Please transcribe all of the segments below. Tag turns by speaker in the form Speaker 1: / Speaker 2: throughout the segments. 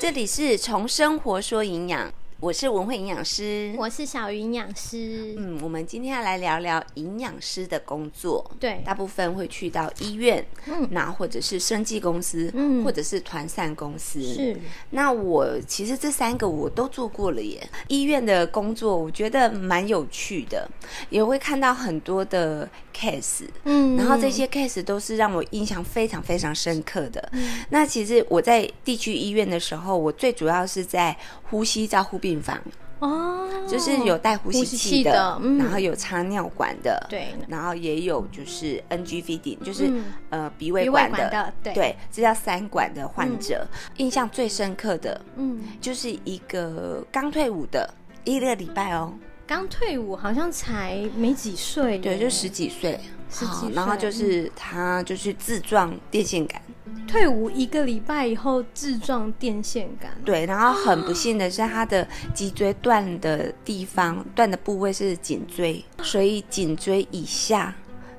Speaker 1: 这里是从生活说营养，我是文慧营养师。
Speaker 2: 我是小云营养师。
Speaker 1: 嗯，我们今天要来聊聊营养师的工作。
Speaker 2: 对
Speaker 1: 大部分会去到医院，
Speaker 2: 嗯
Speaker 1: 那或者是生技公司，
Speaker 2: 嗯
Speaker 1: 或者是团散公司。
Speaker 2: 是，
Speaker 1: 那我其实这三个我都做过了耶。医院的工作我觉得蛮有趣的，也会看到很多的 case。
Speaker 2: 嗯
Speaker 1: 然后这些 case 都是让我印象非常非常深刻的。
Speaker 2: 嗯
Speaker 1: 那其实我在地区医院的时候，我最主要是在呼吸照护病房，
Speaker 2: 哦，
Speaker 1: 就是有带呼吸
Speaker 2: 呼吸
Speaker 1: 器
Speaker 2: 器
Speaker 1: 的，
Speaker 2: 的嗯
Speaker 1: 然后有插尿管的，
Speaker 2: 对
Speaker 1: 然后也有就是 NG feeding，就是、
Speaker 2: 嗯
Speaker 1: 呃鼻胃
Speaker 2: 鼻胃
Speaker 1: 管的，
Speaker 2: 管的对
Speaker 1: 这叫三管的患者。印象最深刻的
Speaker 2: 嗯，
Speaker 1: 就是一个刚退伍的。一个礼拜哦，
Speaker 2: 刚退伍好像才没几岁耶，
Speaker 1: 对，就十几岁，
Speaker 2: 十几
Speaker 1: 好
Speaker 2: 岁嗯
Speaker 1: 然后就是他就是自撞电线杆，
Speaker 2: 退伍一个礼拜以后自撞电线杆，
Speaker 1: 对，然后很不幸的是，
Speaker 2: 嗯
Speaker 1: 他的脊椎断的地方、断的部位是颈椎，所以颈椎以下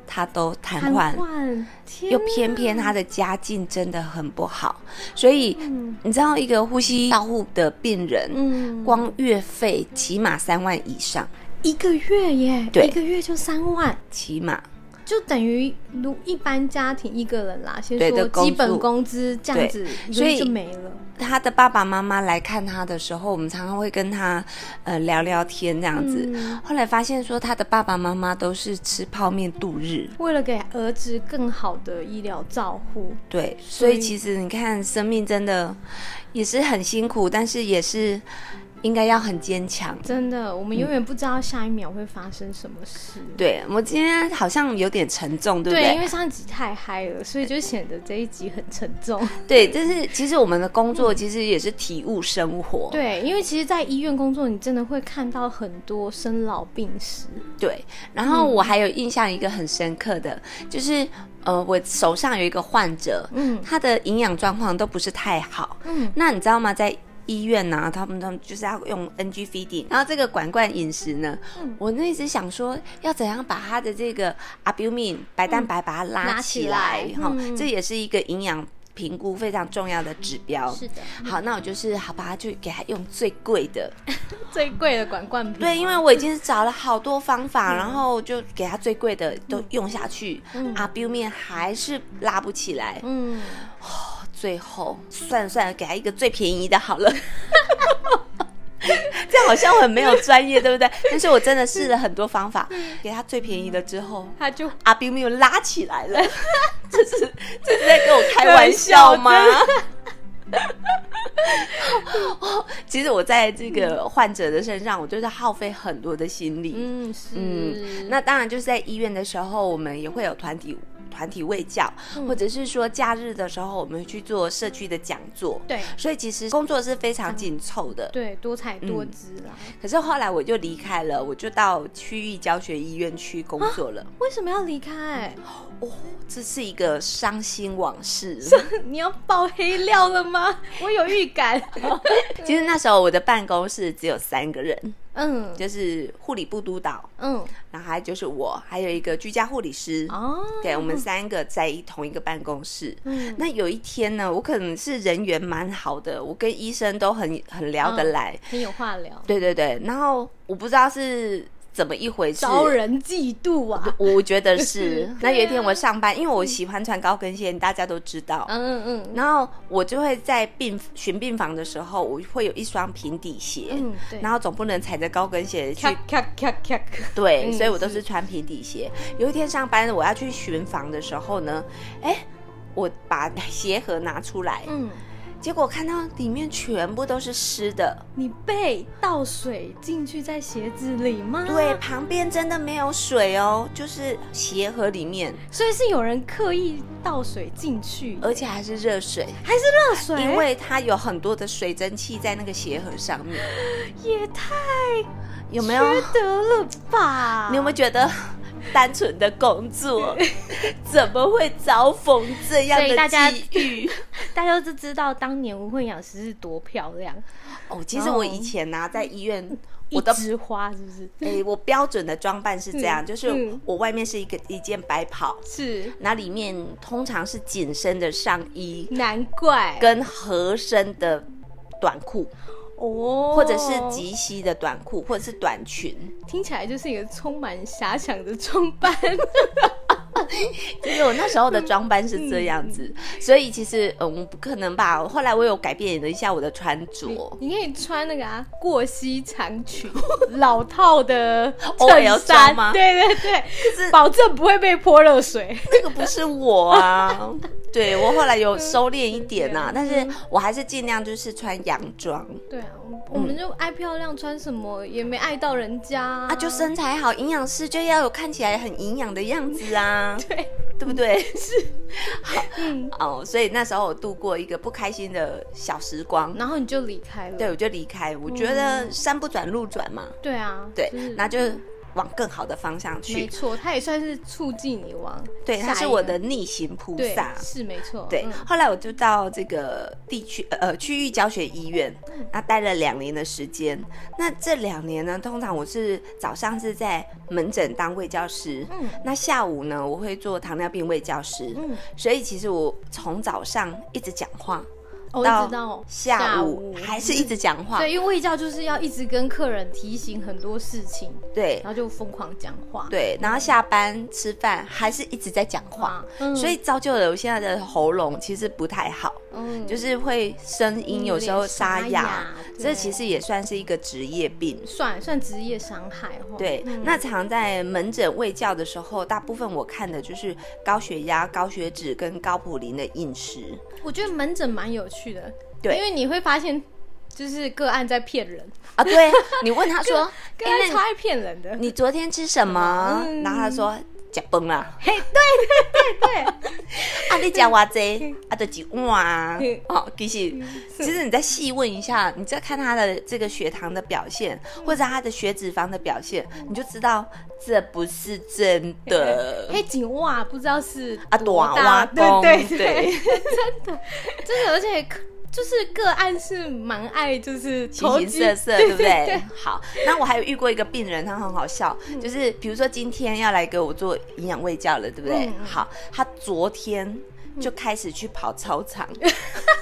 Speaker 1: 他都瘫痪。
Speaker 2: 痪，天
Speaker 1: 又
Speaker 2: 哪
Speaker 1: 偏偏他的家境真的很不好，所以
Speaker 2: 嗯
Speaker 1: 你知道一个呼吸道护的病人，
Speaker 2: 嗯，
Speaker 1: 光月费起码三万以上，
Speaker 2: 一个月耶，
Speaker 1: 对
Speaker 2: 一个月就三万，
Speaker 1: 起码
Speaker 2: 就等于如一般家庭一个人啦，先
Speaker 1: 对的
Speaker 2: 说
Speaker 1: 工
Speaker 2: 基
Speaker 1: 作
Speaker 2: 本工资这样子，一个
Speaker 1: 所以
Speaker 2: 月就没了，
Speaker 1: 他的爸爸妈妈来看他的时候，我们常常会跟他呃聊聊天这样子。
Speaker 2: 嗯
Speaker 1: 后来发现说，他的爸爸妈妈都是吃泡面度日。
Speaker 2: 为了给儿子更好的医疗照护，
Speaker 1: 对，所以
Speaker 2: 以
Speaker 1: 其实你看，生命真的也是很辛苦，但是也是应该要很坚强。
Speaker 2: 真的，我们永远不知道下一秒会发生什么事。
Speaker 1: 对我今天好像有点沉重，对不
Speaker 2: 对，因
Speaker 1: 对？
Speaker 2: 为上一集太嗨了，所以就显得这一集很沉重。
Speaker 1: 对，但是其实我们的工作其实也是体悟生活。
Speaker 2: 对，因为其实，在医院工作，你真的会看到很多生老病死。
Speaker 1: 对，然
Speaker 2: 嗯
Speaker 1: 后我还有印象一个很深刻的，就是呃，我手上有一个患者，
Speaker 2: 嗯
Speaker 1: 他的营养状况都不是太好。
Speaker 2: 嗯，
Speaker 1: 那你知道吗？在医院呢、他们他们就是要用 NG feeding，然后这个管罐饮食呢，
Speaker 2: 嗯
Speaker 1: 我那一直想说要怎样把他的这个 albumin 白蛋白把它拉
Speaker 2: 拉
Speaker 1: 起
Speaker 2: 嗯起
Speaker 1: 来
Speaker 2: 来，
Speaker 1: 哈、
Speaker 2: 嗯
Speaker 1: 这也是一个营养评估非常重要的指标。
Speaker 2: 是的，
Speaker 1: 好，那我就是好吧，就给他用最贵的，
Speaker 2: 嗯最贵的管罐瓶。
Speaker 1: 对，因为我已经找了好多方 法，然后就给他最贵的都用下去，
Speaker 2: 嗯
Speaker 1: 啊，表面还是拉不起来，
Speaker 2: 嗯，
Speaker 1: 最后算了算了，给他一个最便宜的好了。 这样好像我很没有专业，对不对？但是我真的试了很多方法，给他最便宜的之后，
Speaker 2: 他就
Speaker 1: 阿冰没有拉起来了， 这是这是在跟我开玩笑吗？ 哦其实我在这个患者的身上，我就是耗费很多的心力。
Speaker 2: 嗯是
Speaker 1: 嗯，那当然就是在医院的时候，我们也会有团体团体卫教，
Speaker 2: 嗯
Speaker 1: 或者是说假日的时候，我们去做社区的讲座。
Speaker 2: 对
Speaker 1: 所以其实工作是非常紧凑的。
Speaker 2: 对多彩多姿啦。
Speaker 1: 可是后来我就离开了，我就到区域教学医院去工作了。
Speaker 2: 为什么要离 开？
Speaker 1: 哦，这是一个伤心往事。
Speaker 2: 你要爆黑料了吗？ 我有预感。
Speaker 1: 其实那时候我的办公室只有三个人，
Speaker 2: 嗯
Speaker 1: 就是护理部督导，
Speaker 2: 嗯
Speaker 1: 然后还就是我，还有一个居家护理师。
Speaker 2: 哦，
Speaker 1: 对，我们三个在一同一个办公室。
Speaker 2: 嗯
Speaker 1: 那有一天呢，我可能是人缘蛮好的，我跟医生都很很聊
Speaker 2: 嗯
Speaker 1: 得来。
Speaker 2: 很有话聊，
Speaker 1: 对对对，然后我不知道是怎么一回事，
Speaker 2: 招人嫉妒啊。。
Speaker 1: 我我觉得是 那有一天我上班，因为我喜欢穿高跟鞋，大家都知道。
Speaker 2: 嗯嗯嗯
Speaker 1: 然后我就会在病巡病房的时候，我会有一双平底鞋，
Speaker 2: 嗯，对。
Speaker 1: 然后总不能踩着高跟鞋去
Speaker 2: 咔咔咔咔，
Speaker 1: 对，
Speaker 2: 嗯
Speaker 1: 所以我都是穿平底鞋。有一天上班，我要去巡房的时候呢，哎，我把鞋盒拿出来，
Speaker 2: 嗯，
Speaker 1: 结果看到里面全部都是湿的。
Speaker 2: 你被倒水进去在鞋子里吗？
Speaker 1: 对，，旁边真的没有水哦，就是鞋盒里面，
Speaker 2: 所以是有人刻意倒水进去，
Speaker 1: 而且还是热水，
Speaker 2: 还是热水，
Speaker 1: 因为它有很多的水蒸气在那个鞋盒上面，
Speaker 2: 也太
Speaker 1: 有没有？
Speaker 2: 缺德了吧？
Speaker 1: 你有没有觉得单纯的工 作怎么会遭逢这样
Speaker 2: 所以大家
Speaker 1: 的际 遇？
Speaker 2: 大家都知道当年吴慧养师是多漂亮，
Speaker 1: 哦，其实我以前呢、在医
Speaker 2: 哦
Speaker 1: 院，我
Speaker 2: 一
Speaker 1: 的
Speaker 2: 枝花是不是？
Speaker 1: 诶、我标准的装扮是这样，
Speaker 2: 嗯
Speaker 1: 就是
Speaker 2: 嗯
Speaker 1: 我外面是一个一件白袍，
Speaker 2: 是，
Speaker 1: 那里面通常是紧身的上衣
Speaker 2: 难怪
Speaker 1: 跟合身的短裤，
Speaker 2: 哦，
Speaker 1: 或者是及膝的短裤，或者是短裙。
Speaker 2: 听起来就是一个充满遐想的装扮。
Speaker 1: 因为我那时候的装扮是这样
Speaker 2: 嗯
Speaker 1: 子，所以其实嗯，不可能吧。后来我有改变了一下我的穿着。
Speaker 2: 你可以穿那个啊，过膝长裙，老套的
Speaker 1: OL
Speaker 2: 衬
Speaker 1: 装
Speaker 2: 衫
Speaker 1: 吗
Speaker 2: 对对对，
Speaker 1: 是
Speaker 2: 保证不会被泼热水。
Speaker 1: 这个不是我啊， 对我后来有收敛一点呐、啊
Speaker 2: 嗯，
Speaker 1: 但是我还是尽量就是穿洋装
Speaker 2: 对啊，我我们就爱漂亮，穿什么也没爱到人家啊
Speaker 1: 啊，就身材好，营养师就要有看起来很营养的样子啊，
Speaker 2: 对，嗯
Speaker 1: 对不 对？是，好哦，所以那时候我度过一个不开心的小时光，
Speaker 2: 然后你就离开了。
Speaker 1: 对我就离开，我觉得山不转路转嘛，
Speaker 2: 对啊，
Speaker 1: 对
Speaker 2: 嗯就是，
Speaker 1: 那就往更好的方向
Speaker 2: 没
Speaker 1: 去。
Speaker 2: 错，它也算是促进你往
Speaker 1: 对，它
Speaker 2: 下
Speaker 1: 是
Speaker 2: 一
Speaker 1: 我
Speaker 2: 个
Speaker 1: 的逆行菩
Speaker 2: 对
Speaker 1: 萨，。
Speaker 2: 是没错，
Speaker 1: 对
Speaker 2: 嗯，
Speaker 1: 后来我就到这个地区呃呃区域教学医院，
Speaker 2: 嗯
Speaker 1: 那待了两年的时间。那这两年呢，通常我是早上是在门诊当卫教师，
Speaker 2: 嗯
Speaker 1: 那下午呢我会做糖尿病卫教师，
Speaker 2: 嗯，
Speaker 1: 所以其实我从早上一直讲话
Speaker 2: 哦我
Speaker 1: 到
Speaker 2: 知道
Speaker 1: 下午
Speaker 2: 午
Speaker 1: 还是一直讲话，
Speaker 2: 对，因为卫教就是要一直跟客人提醒很多事情，
Speaker 1: 对
Speaker 2: 然后就疯狂讲话，
Speaker 1: 对，然后下班吃饭还是一直在讲话，
Speaker 2: 嗯
Speaker 1: 所以造就了我现在的喉咙其实不太好。
Speaker 2: 嗯，
Speaker 1: 就是会声音
Speaker 2: 嗯
Speaker 1: 有时候
Speaker 2: 有点沙
Speaker 1: 沙哑
Speaker 2: 哑，
Speaker 1: 这
Speaker 2: 对
Speaker 1: 其实也算是一个职业病。
Speaker 2: 算算职业伤害哦。
Speaker 1: 对，
Speaker 2: 嗯
Speaker 1: 那常在门诊卫教的时候，大部分我看的就是高血压、高血脂跟高普林的饮食。
Speaker 2: 我觉得门诊蛮有趣的，
Speaker 1: 对
Speaker 2: 因为你会发现就是个案在骗人，
Speaker 1: 啊，对，你问他 说，
Speaker 2: 个
Speaker 1: 哎
Speaker 2: 案
Speaker 1: 那
Speaker 2: 超爱骗人的，
Speaker 1: 你昨天吃什么？
Speaker 2: 嗯
Speaker 1: 然后他说。吃崩啦！
Speaker 2: 对，
Speaker 1: 啊，你吃偌济，啊，就几碗啊
Speaker 2: 嗯。
Speaker 1: 哦，其实，其实你再细问一下，你再看他的这个血糖的表现，
Speaker 2: 嗯
Speaker 1: 或者他的血脂肪的表现，你就知道这不是真 的。
Speaker 2: 黑警袜不知道是
Speaker 1: 啊，
Speaker 2: 多
Speaker 1: 短
Speaker 2: 大
Speaker 1: 挖工，
Speaker 2: 对对
Speaker 1: 对
Speaker 2: 对，真的，而且可就是个案是蛮爱就是
Speaker 1: 形
Speaker 2: 投
Speaker 1: 形
Speaker 2: 机
Speaker 1: 色色，
Speaker 2: 对嗯
Speaker 1: 对不对？好，那我还有遇过一个病人，他很好笑，就是比如说今天要来给我做营养喂教了，对不对
Speaker 2: 嗯？嗯
Speaker 1: 好，他昨天就开始去跑操场。
Speaker 2: 嗯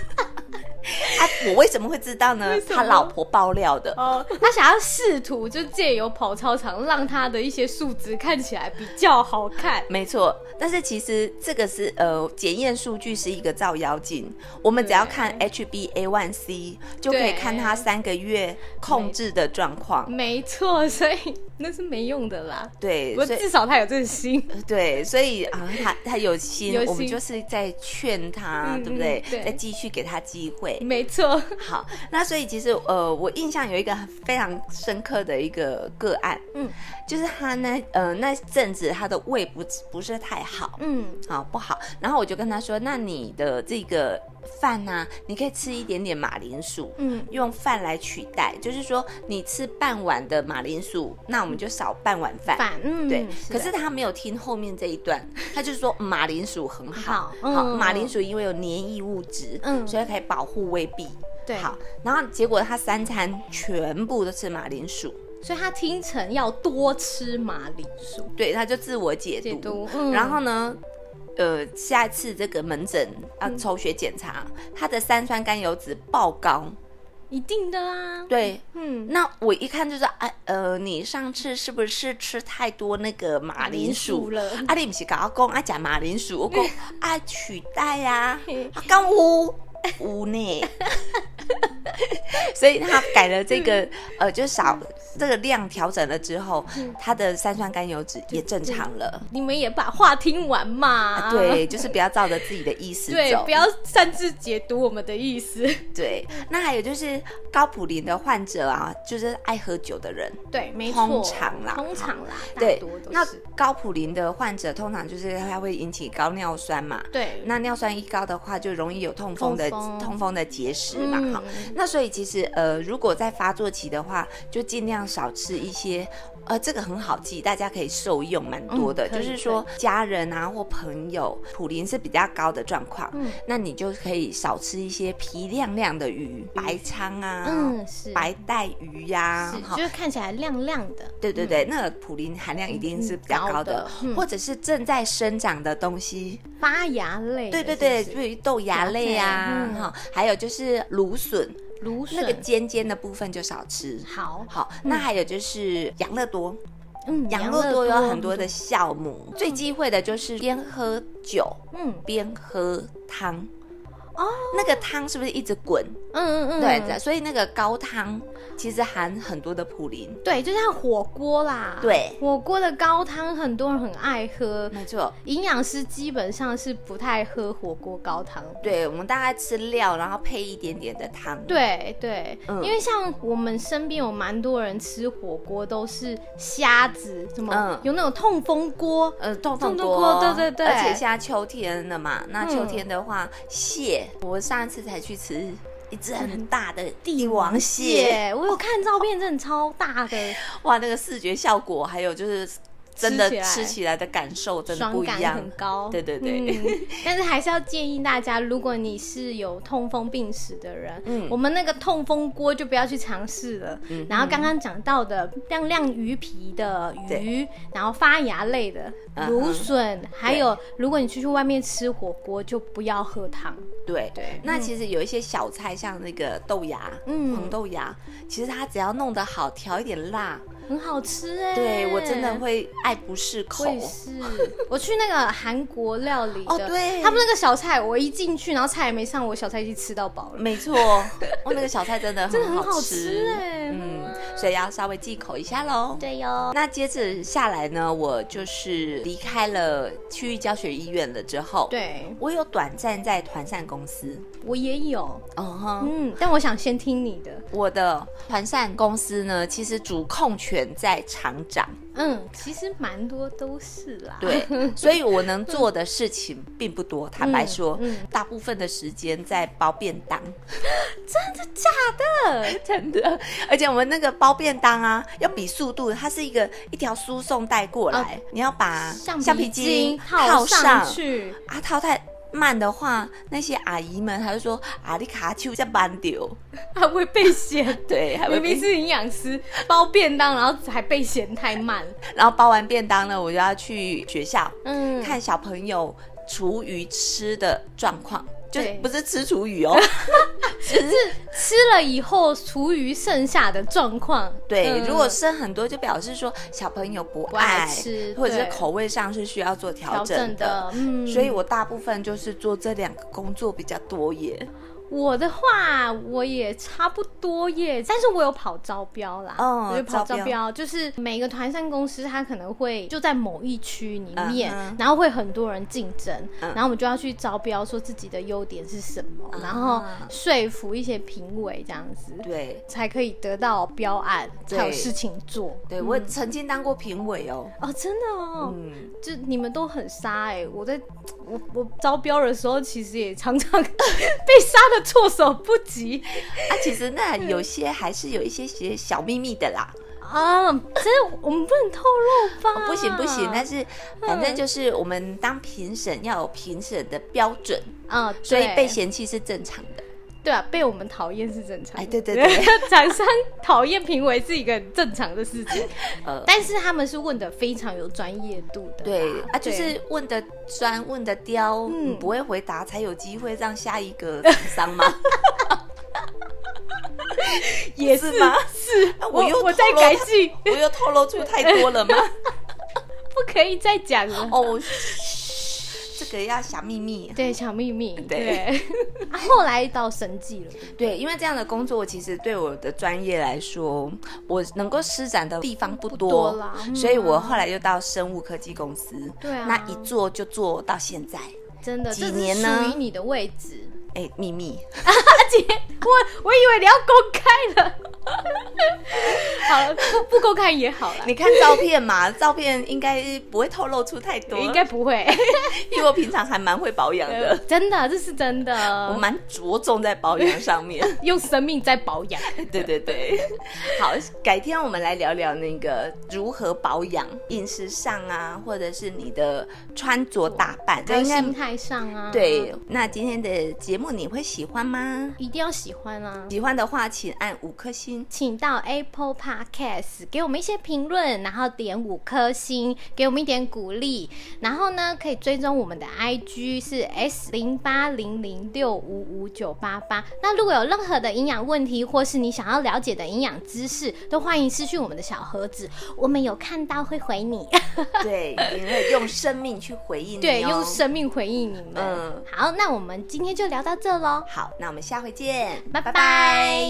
Speaker 1: 啊，我为什么会知道呢
Speaker 2: 为？什么
Speaker 1: 他老婆爆料的，
Speaker 2: 哦，他想要试图就借由跑操场，让他的一些数值看起来比较好看。
Speaker 1: 没错，但是其实这个是呃，检验数据是一个照妖镜，我们只要看 HbA1c 就可以
Speaker 2: 对嗯
Speaker 1: 看他三个月控制的状况。
Speaker 2: 没错，所以那是没用的啦。
Speaker 1: 对，
Speaker 2: 我
Speaker 1: 所以
Speaker 2: 至少他有这个心。
Speaker 1: 对，所以啊，他他有心，
Speaker 2: 有
Speaker 1: 我们
Speaker 2: 心
Speaker 1: 就是在劝他，
Speaker 2: 嗯
Speaker 1: 对不对？
Speaker 2: 嗯对
Speaker 1: 再继续给他机会。
Speaker 2: 没错，
Speaker 1: 好，那所以其实呃，我印象有一个非常深刻的一个个案，
Speaker 2: 嗯
Speaker 1: 就是他呢，呃，那阵子他的胃不不是太好。
Speaker 2: 嗯，
Speaker 1: 好不好？然后我就跟他说：“那你的这个饭呢、你可以吃一点点马铃薯，
Speaker 2: 嗯
Speaker 1: 用饭来取代。就是说，你吃半碗的马铃薯，那我们就少半碗饭。
Speaker 2: 反嗯，
Speaker 1: 对，可
Speaker 2: 的
Speaker 1: 是他没有听后面这一段，他就说马铃薯很好，
Speaker 2: 好嗯
Speaker 1: 马铃薯因为有黏液物质，
Speaker 2: 嗯
Speaker 1: 所以可以保护胃壁。
Speaker 2: 对
Speaker 1: 好，然后结果他三餐全部都吃马铃薯，
Speaker 2: 所以他听成要多吃马铃薯。
Speaker 1: 对，他就自我解读，
Speaker 2: 解读嗯
Speaker 1: 然后呢？呃，下次这个门诊要
Speaker 2: 嗯
Speaker 1: 抽血检查，他的三酸甘油脂爆高。
Speaker 2: 嗯一定的啦，
Speaker 1: 对，
Speaker 2: 嗯，
Speaker 1: 那我一看就是，哎、呃，你上次是不是吃太多那个马铃薯
Speaker 2: 马铃薯了嗯
Speaker 1: 啊，你不是跟我讲啊，讲马铃薯，我讲啊取代呀、啊，刚有有呢， 所以他改了这
Speaker 2: 嗯
Speaker 1: 个，呃，就少这个量调整了之后，
Speaker 2: 嗯
Speaker 1: 他的三酸甘油脂也正常了。啊
Speaker 2: 你们也把话听完嘛。
Speaker 1: 对，就是不要照着自己的意思走。
Speaker 2: 啊对，不要擅自解读我们的意思。
Speaker 1: 对那还有就是高普林的患者啊，就是爱喝酒的人，
Speaker 2: 对，没错，
Speaker 1: 通常啦
Speaker 2: 通常啦，
Speaker 1: 对
Speaker 2: 大多，都
Speaker 1: 那
Speaker 2: 是。
Speaker 1: 高普林的患者通常就是它会引起高尿酸嘛，
Speaker 2: 对，
Speaker 1: 那尿酸一高的话，就容易有痛风的
Speaker 2: 痛风
Speaker 1: 痛风的结石嘛。
Speaker 2: 嗯
Speaker 1: 哈、那所以其实呃，如果在发作期的话，就尽量少吃一些呃，这个很好记，大家可以受用蛮多的。
Speaker 2: 嗯可
Speaker 1: 就
Speaker 2: 以
Speaker 1: 是说家人啊或朋友，普林是比较高的状况，
Speaker 2: 嗯
Speaker 1: 那你就可以少吃一些皮亮亮的鱼，白鲳啊，
Speaker 2: 嗯，是
Speaker 1: 白带鱼呀、
Speaker 2: 是，
Speaker 1: 哈
Speaker 2: 就是看起来亮亮的，
Speaker 1: 对对对，那个普林含量一定是比较
Speaker 2: 嗯
Speaker 1: 高
Speaker 2: 高
Speaker 1: 的
Speaker 2: 的，嗯
Speaker 1: 或者是正在生长的东西，
Speaker 2: 发芽类
Speaker 1: 对
Speaker 2: 的哎是不
Speaker 1: 对
Speaker 2: 是，
Speaker 1: 对，对于豆芽类啊，
Speaker 2: 嗯
Speaker 1: 哈、还有就是芦笋，
Speaker 2: 芦
Speaker 1: 那个
Speaker 2: 笋，
Speaker 1: 尖尖的部分就少吃。
Speaker 2: 好，
Speaker 1: 好，那还有就是养乐多，
Speaker 2: 嗯，
Speaker 1: 养乐多有很多的，酵母，最忌讳的就是边喝酒
Speaker 2: 嗯
Speaker 1: 边喝汤。
Speaker 2: 哦，
Speaker 1: 那个汤是不是一直滚？
Speaker 2: 嗯嗯嗯，
Speaker 1: 对的，所以那个高汤其实含很多的普林。
Speaker 2: 对，就像火锅啦，
Speaker 1: 对
Speaker 2: 火锅的高汤很多人很爱喝，
Speaker 1: 没错，
Speaker 2: 营养师基本上是不太喝火锅高汤。
Speaker 1: 对，我们大概吃料，然后配一点点的汤。，
Speaker 2: 对对，
Speaker 1: 嗯
Speaker 2: 因为像我们身边有蛮多人吃火锅都是虾子，什么、
Speaker 1: 嗯
Speaker 2: 有那种痛风锅，
Speaker 1: 呃，痛痛
Speaker 2: 痛痛
Speaker 1: 锅，
Speaker 2: 锅对对对
Speaker 1: 而且现在秋天了嘛，那秋
Speaker 2: 嗯
Speaker 1: 天的话，蟹，我上一次才去吃一只很大的帝王蟹，
Speaker 2: 耶，我有看照片，真的超大的，
Speaker 1: 哇，那个视觉效果，还有就是真的
Speaker 2: 吃起来
Speaker 1: 吃起来的感受真的
Speaker 2: 爽
Speaker 1: 不一
Speaker 2: 感
Speaker 1: 样
Speaker 2: 很。高。
Speaker 1: 对对对
Speaker 2: 嗯但是还是要建议大家，如果你是有痛风病史的人，
Speaker 1: 嗯
Speaker 2: 我们那个痛风锅就不要去尝试了。
Speaker 1: 嗯
Speaker 2: 然后刚刚讲到的亮亮鱼皮的鱼，然后发芽类的
Speaker 1: 嗯哼
Speaker 2: 芦笋，还有如果你出去外面吃火锅，就不要喝汤。
Speaker 1: 对
Speaker 2: 对
Speaker 1: 那其实有一些小菜，像那个豆芽，
Speaker 2: 嗯
Speaker 1: 红豆芽，其实它只要弄得好，调一点辣，
Speaker 2: 很好吃哎、
Speaker 1: 对我真的。会爱不释口
Speaker 2: 我。也是，我去那个韩国料理的，
Speaker 1: 哦对
Speaker 2: 他们那个小菜，我一进去，然后菜也没上，我小菜已经吃到饱了。
Speaker 1: 没错，哦，那个小菜真的
Speaker 2: 真的
Speaker 1: 很
Speaker 2: 很好
Speaker 1: 嗯吃
Speaker 2: 吃哎
Speaker 1: 嗯，所以要稍微忌口一下喽。
Speaker 2: 对哟，
Speaker 1: 那接着下来呢，我就是离开了区域教学医院了之后，，
Speaker 2: 对
Speaker 1: 我有短暂在团膳公司，
Speaker 2: 我也有，
Speaker 1: 嗯哼。
Speaker 2: 嗯，但我想先听你的。
Speaker 1: 我的团膳公司呢，其实主控权在厂长，
Speaker 2: 嗯，其实蛮多都是啦。
Speaker 1: 对，所以我能做的事情并不多。坦白说，
Speaker 2: 嗯嗯
Speaker 1: 大部分的时间在包便当，
Speaker 2: 对，
Speaker 1: 真的。而且我们那个包便当啊，要比速度，它是一个一条输送带过来，
Speaker 2: 哦
Speaker 1: 你要把
Speaker 2: 橡
Speaker 1: 橡
Speaker 2: 皮
Speaker 1: 皮
Speaker 2: 筋
Speaker 1: 筋
Speaker 2: 套
Speaker 1: 上
Speaker 2: 上去，
Speaker 1: 啊，套太慢的话，那些阿姨们她就说啊，你卡丘在班丢，
Speaker 2: 还啊会被嫌。
Speaker 1: 对，还会
Speaker 2: 明
Speaker 1: 被。
Speaker 2: 明是营养师包便当，然后还被嫌太慢。
Speaker 1: 然后包完便当呢，我就要去学校
Speaker 2: 嗯，
Speaker 1: 看小朋友厨余吃的状况，就是
Speaker 2: 对
Speaker 1: 不是吃厨余 哦。
Speaker 2: 吃了以后厨余剩下的状况。
Speaker 1: 对，
Speaker 2: 嗯
Speaker 1: 如果剩很多，就表示说小朋友不
Speaker 2: 不
Speaker 1: 爱
Speaker 2: 爱吃
Speaker 1: 或者是
Speaker 2: 对
Speaker 1: 口味上是需要做调
Speaker 2: 调
Speaker 1: 整
Speaker 2: 整
Speaker 1: 的
Speaker 2: 的。，嗯，
Speaker 1: 所以我大部分就是做这两个工作比较多耶。
Speaker 2: 我的话我也差不多耶，但是我有跑招标啦。
Speaker 1: 哦
Speaker 2: 我有跑
Speaker 1: 招
Speaker 2: 招
Speaker 1: 标
Speaker 2: 标，就是每个团膳公司它可能会就在某一区里面
Speaker 1: 嗯哼
Speaker 2: 然后会很多人竞争
Speaker 1: 嗯
Speaker 2: 然后我们就要去招标，说自己的优点是什么然后说服一些评委这样子。
Speaker 1: 对，
Speaker 2: 才可以得到标案，
Speaker 1: 对
Speaker 2: 才有事情做。
Speaker 1: 对我曾经当过评委哦。
Speaker 2: 哦，真的哦，
Speaker 1: 嗯，
Speaker 2: 就你们都很杀哎、我在我我招标的时候，其实也常常 被杀的措手不及。
Speaker 1: 啊，其实那有些还是有一些些小秘密的啦。哦
Speaker 2: 啊，这我们不能透露吧？
Speaker 1: 不行不
Speaker 2: 啊
Speaker 1: 行，但是反正就是我们当评审要有评审的标准，
Speaker 2: 啊，
Speaker 1: 所以
Speaker 2: 对
Speaker 1: 被嫌弃是正常的。
Speaker 2: 对啊，被我们讨厌是正常的。
Speaker 1: 哎对对对，
Speaker 2: 厂商讨厌评委是一个很正常的事情，
Speaker 1: 呃，
Speaker 2: 但是他们是问的非常有专业度的啦。
Speaker 1: 对啊，就是问的钻，问的刁，
Speaker 2: 嗯
Speaker 1: 你不会回答才有机会让下一个厂商吗？
Speaker 2: 也
Speaker 1: 是
Speaker 2: 是
Speaker 1: 吗
Speaker 2: 是，
Speaker 1: 啊我
Speaker 2: 我
Speaker 1: 又
Speaker 2: 我在
Speaker 1: 透露
Speaker 2: 改
Speaker 1: 他
Speaker 2: 进，
Speaker 1: 我又透露出太多了 吗？
Speaker 2: 不可以再讲了。
Speaker 1: 哦，嘘这个要小秘密。
Speaker 2: 对，小秘密。
Speaker 1: 对
Speaker 2: 对啊后来到神迹了。
Speaker 1: 对，因为这样的工作，其实对我的专业来说，我能够施展的地方不多，
Speaker 2: 多啦嗯
Speaker 1: 所以我后来就到生物科技公司，
Speaker 2: 对啊
Speaker 1: 那一做就做到现在，
Speaker 2: 真的，
Speaker 1: 几
Speaker 2: 这是
Speaker 1: 年呢
Speaker 2: 属于 你的位置。
Speaker 1: 哎，秘密，
Speaker 2: 我我以为你要公开了，好了，不不公开也好了，
Speaker 1: 你看照片嘛，照片应该不会透露出太多，
Speaker 2: 应该不会。
Speaker 1: 因为我平常还蛮会保养 的，
Speaker 2: 呃真的，这是真的。
Speaker 1: 我蛮着重在保养上面。
Speaker 2: 用生命在保养。
Speaker 1: 对对对，好，改天我们来聊聊那个如何保养，饮食上啊，或者是你的穿着打扮，
Speaker 2: 还有
Speaker 1: 应该
Speaker 2: 心态上啊，
Speaker 1: 对，。那今天的节目你会喜欢吗？
Speaker 2: 一定要喜欢啊！
Speaker 1: 喜欢的话，请按五颗星。
Speaker 2: 请到 Apple Podcast 给我们一些评论，然后点五颗星，给我们一点鼓励。然后呢，可以追踪我们的 IG 是 S 零八零零六五五九八八。那如果有任何的营养问题，或是你想要了解的营养知识，都欢迎私讯我们的小盒子，我们有看到会回你。
Speaker 1: 对，你会用生命去回应你、哦。
Speaker 2: 对，用生命回应你们。
Speaker 1: 嗯
Speaker 2: 好，那我们今天就聊到这喽，
Speaker 1: 好，那我们下回见，
Speaker 2: 拜拜